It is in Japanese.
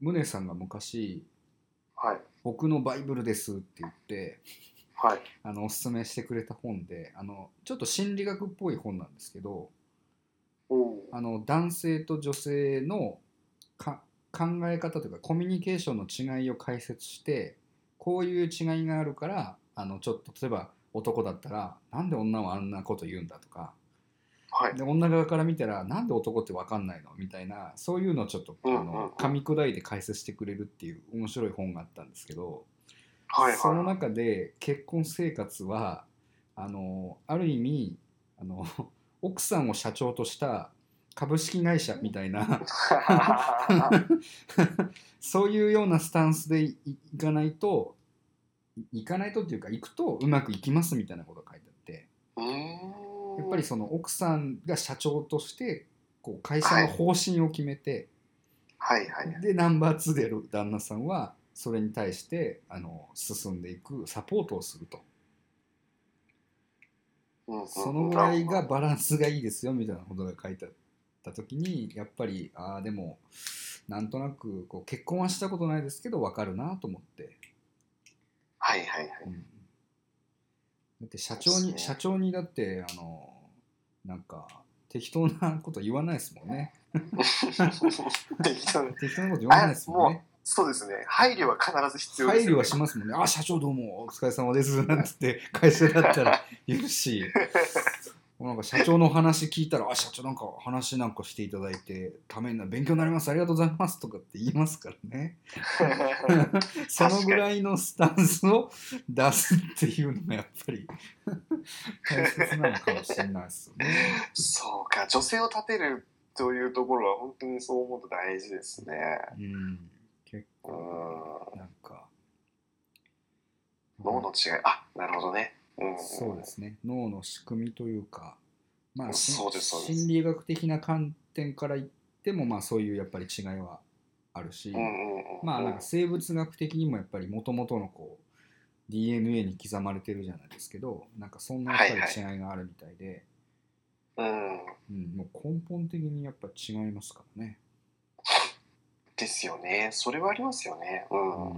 ムネさんが昔はい。 「僕のバイブルです」って言ってはい。あのおすすめしてくれた本であのちょっと心理学っぽい本なんですけどおお。あの男性と女性のか考え方というかコミュニケーションの違いを解説してこういう違いがあるからあのちょっと例えば男だったらなんで女はあんなこと言うんだとかはい。で女側から見たらなんで男って分かんないのみたいなそういうのをちょっとあうんうんうんの噛み砕いて解説してくれるっていう面白い本があったんですけど、はい。そ のは中で結婚生活はあのある意味あの 奥さんを社長とした株式会社みたいな い。そういうようなスタンスでいいかないといいかないとっていうか行くとうまくいきますみたいなことが書いてあって。うーん。やっぱりその奥さんが社長としてこう会社の方針を決めて、はいはい。でナンバー2である旦那さんはそれに対してあの進んでいくサポートをするとうんうんそのぐらいが。バランスがいいですよみたいなことが書いてあった時にやっぱりああでもなんとなくこう結婚はしたことないですけど分かるなと思って、はいはい はい。うんだって社長そうにですね社長にだってあのなんか適当なこと言わないですもんね適当に適当なこと言わないですもんねそうですね。配慮は必ず必要で配す、ね。慮はしますもんね。あ、社長どうも、お疲れ様です。 なんつって、会社だったら言うし、 なんか社長の話聞いたら、あ、社長なんか話なんかしていただいて、ためになる、勉強になります、ありがとうございますとかって言いますからね。 そのぐらいのスタンスを出すっていうのがやっぱり 大切なのかもしれないですよね。 そうか。女性を立てるというところは本当にそう思うと大事ですね。うん、結う構、ん。なんか。脳の違い。あ、なるほどね。うん、そうで。すね脳の仕組みというか、まあ、しそうですそうです心理学的な観点から言っても、まあ、そういうやっぱり違いはあるし、うんうんうん。まあなんか生物学的にもやっぱりもともとのこう DNA に刻まれてるじゃないですけどなんかそんなやっぱり違いがあるみたいで、うん。うん、もう根本的にやっぱ違いますからね。ですよね。それはありますよね。うん。うん